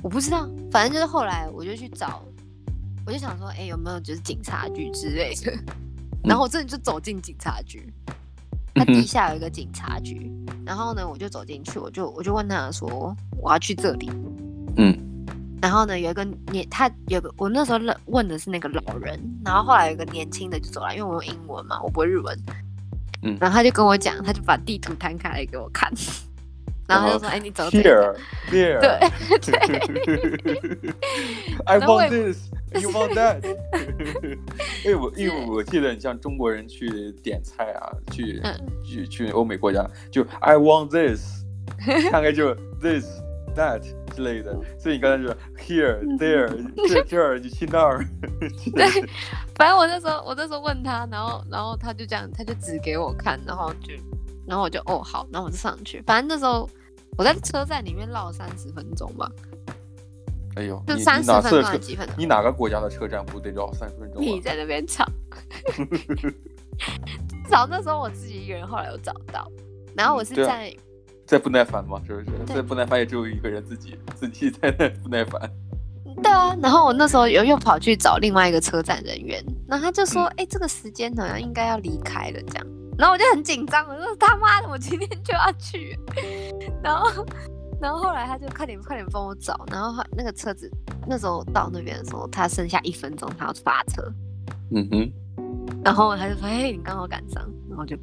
[SPEAKER 1] 我不知道，反正就是后来我就去找，我就想说，哎、有没有就是警察局之类的？ 然后我真的就走进警察局，
[SPEAKER 2] 嗯
[SPEAKER 1] 它地下有一个警察局，然后呢，我就走进去，我就我就问他说，我要去这里，
[SPEAKER 2] 嗯
[SPEAKER 1] 然后呢，有一个年，他有个我那时候认问的是那个老人，然后后来有个年轻的就走来，因为我用英文嘛，我不会日文，
[SPEAKER 2] 嗯
[SPEAKER 1] 然后他就跟我讲，他就把地图摊开来给我看， 然后他就说，哎、你走这里。
[SPEAKER 2] ，here here，
[SPEAKER 1] 对
[SPEAKER 2] I
[SPEAKER 1] 然后我也
[SPEAKER 2] want this, you want that 。 哎，我因为我记得你像中国人去点菜啊，去
[SPEAKER 1] 嗯
[SPEAKER 2] 去去欧美国家，就 I want this，大概就 this that 之类的。
[SPEAKER 1] 嗯
[SPEAKER 2] 所以你刚才就 here there 这这儿你去那儿，
[SPEAKER 1] 反正我那时候我那时候问他，然后然后他就这样，他就指给我看，然后就然后我就哦好，然后我就上去。反正那时候我在车站里面绕三十分钟 吧，
[SPEAKER 2] 哎呦，你
[SPEAKER 1] 就
[SPEAKER 2] 你
[SPEAKER 1] 三十
[SPEAKER 2] 哪
[SPEAKER 1] 分
[SPEAKER 2] 次
[SPEAKER 1] 钟
[SPEAKER 2] 的
[SPEAKER 1] 还是
[SPEAKER 2] 车？
[SPEAKER 1] 几 分钟？
[SPEAKER 2] 你哪个国家的车站不得绕三十分钟
[SPEAKER 1] 你
[SPEAKER 2] 啊？
[SPEAKER 1] 在那边 找，找那时候我自己一个人，后来有找到。然后我是
[SPEAKER 2] 嗯对啊
[SPEAKER 1] 在、
[SPEAKER 2] 再不耐烦嘛，是不是？
[SPEAKER 1] 对
[SPEAKER 2] 再不耐烦也只有一个人自己自己在那不耐烦。
[SPEAKER 1] 对啊，然后我那时候又又跑去找另外一个车站人员，然后他就说：“哎、这个时间好像应该要离开了。”这样，然后我就很紧张，我说：“他妈的，我今天就要去。” 然后，然后后来他就快点快点帮我找，然后他那个车子那时候到那边的时候，他剩下一分钟他要发车，
[SPEAKER 2] 嗯哼。
[SPEAKER 1] 然后他就说：“嘿，你刚好赶上。”然后我就，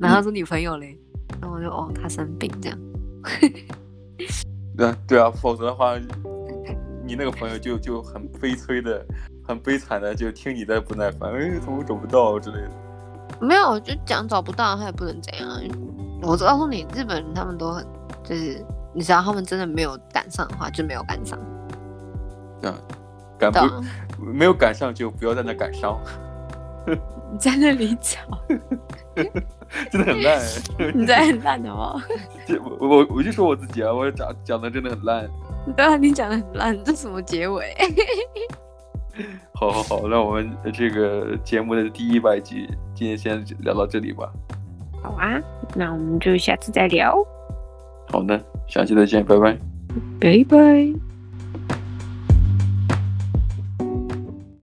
[SPEAKER 1] 然后他说女朋友嘞，然后我就哦，她生病这样。
[SPEAKER 2] 对对啊，否则的话，你那个朋友就就很悲催的、很悲惨的，就听你的不耐烦，哎，怎么找不到之类的。
[SPEAKER 6] 没有，我就讲找不到，他也不能怎样。我告诉你，日本人他们都很，就是你知道，他们真的没有赶上的话，就没有赶上。啊
[SPEAKER 2] 嗯，赶
[SPEAKER 6] 懂？
[SPEAKER 2] 不没有赶上 就不要在那赶伤，
[SPEAKER 1] 你在那里找，
[SPEAKER 2] 真的很烂。
[SPEAKER 1] 你在很烂 的哦。
[SPEAKER 2] 这我我我就说我自己啊，我讲讲的真的很烂。
[SPEAKER 1] 对啊，你讲的很烂，这什么结尾？
[SPEAKER 2] 好好好，那我们这个节目的第一百集，今天先聊到这里吧。
[SPEAKER 1] 好啊，那我们就下次再聊，
[SPEAKER 2] 好的，下期再见，拜拜。
[SPEAKER 1] 拜拜。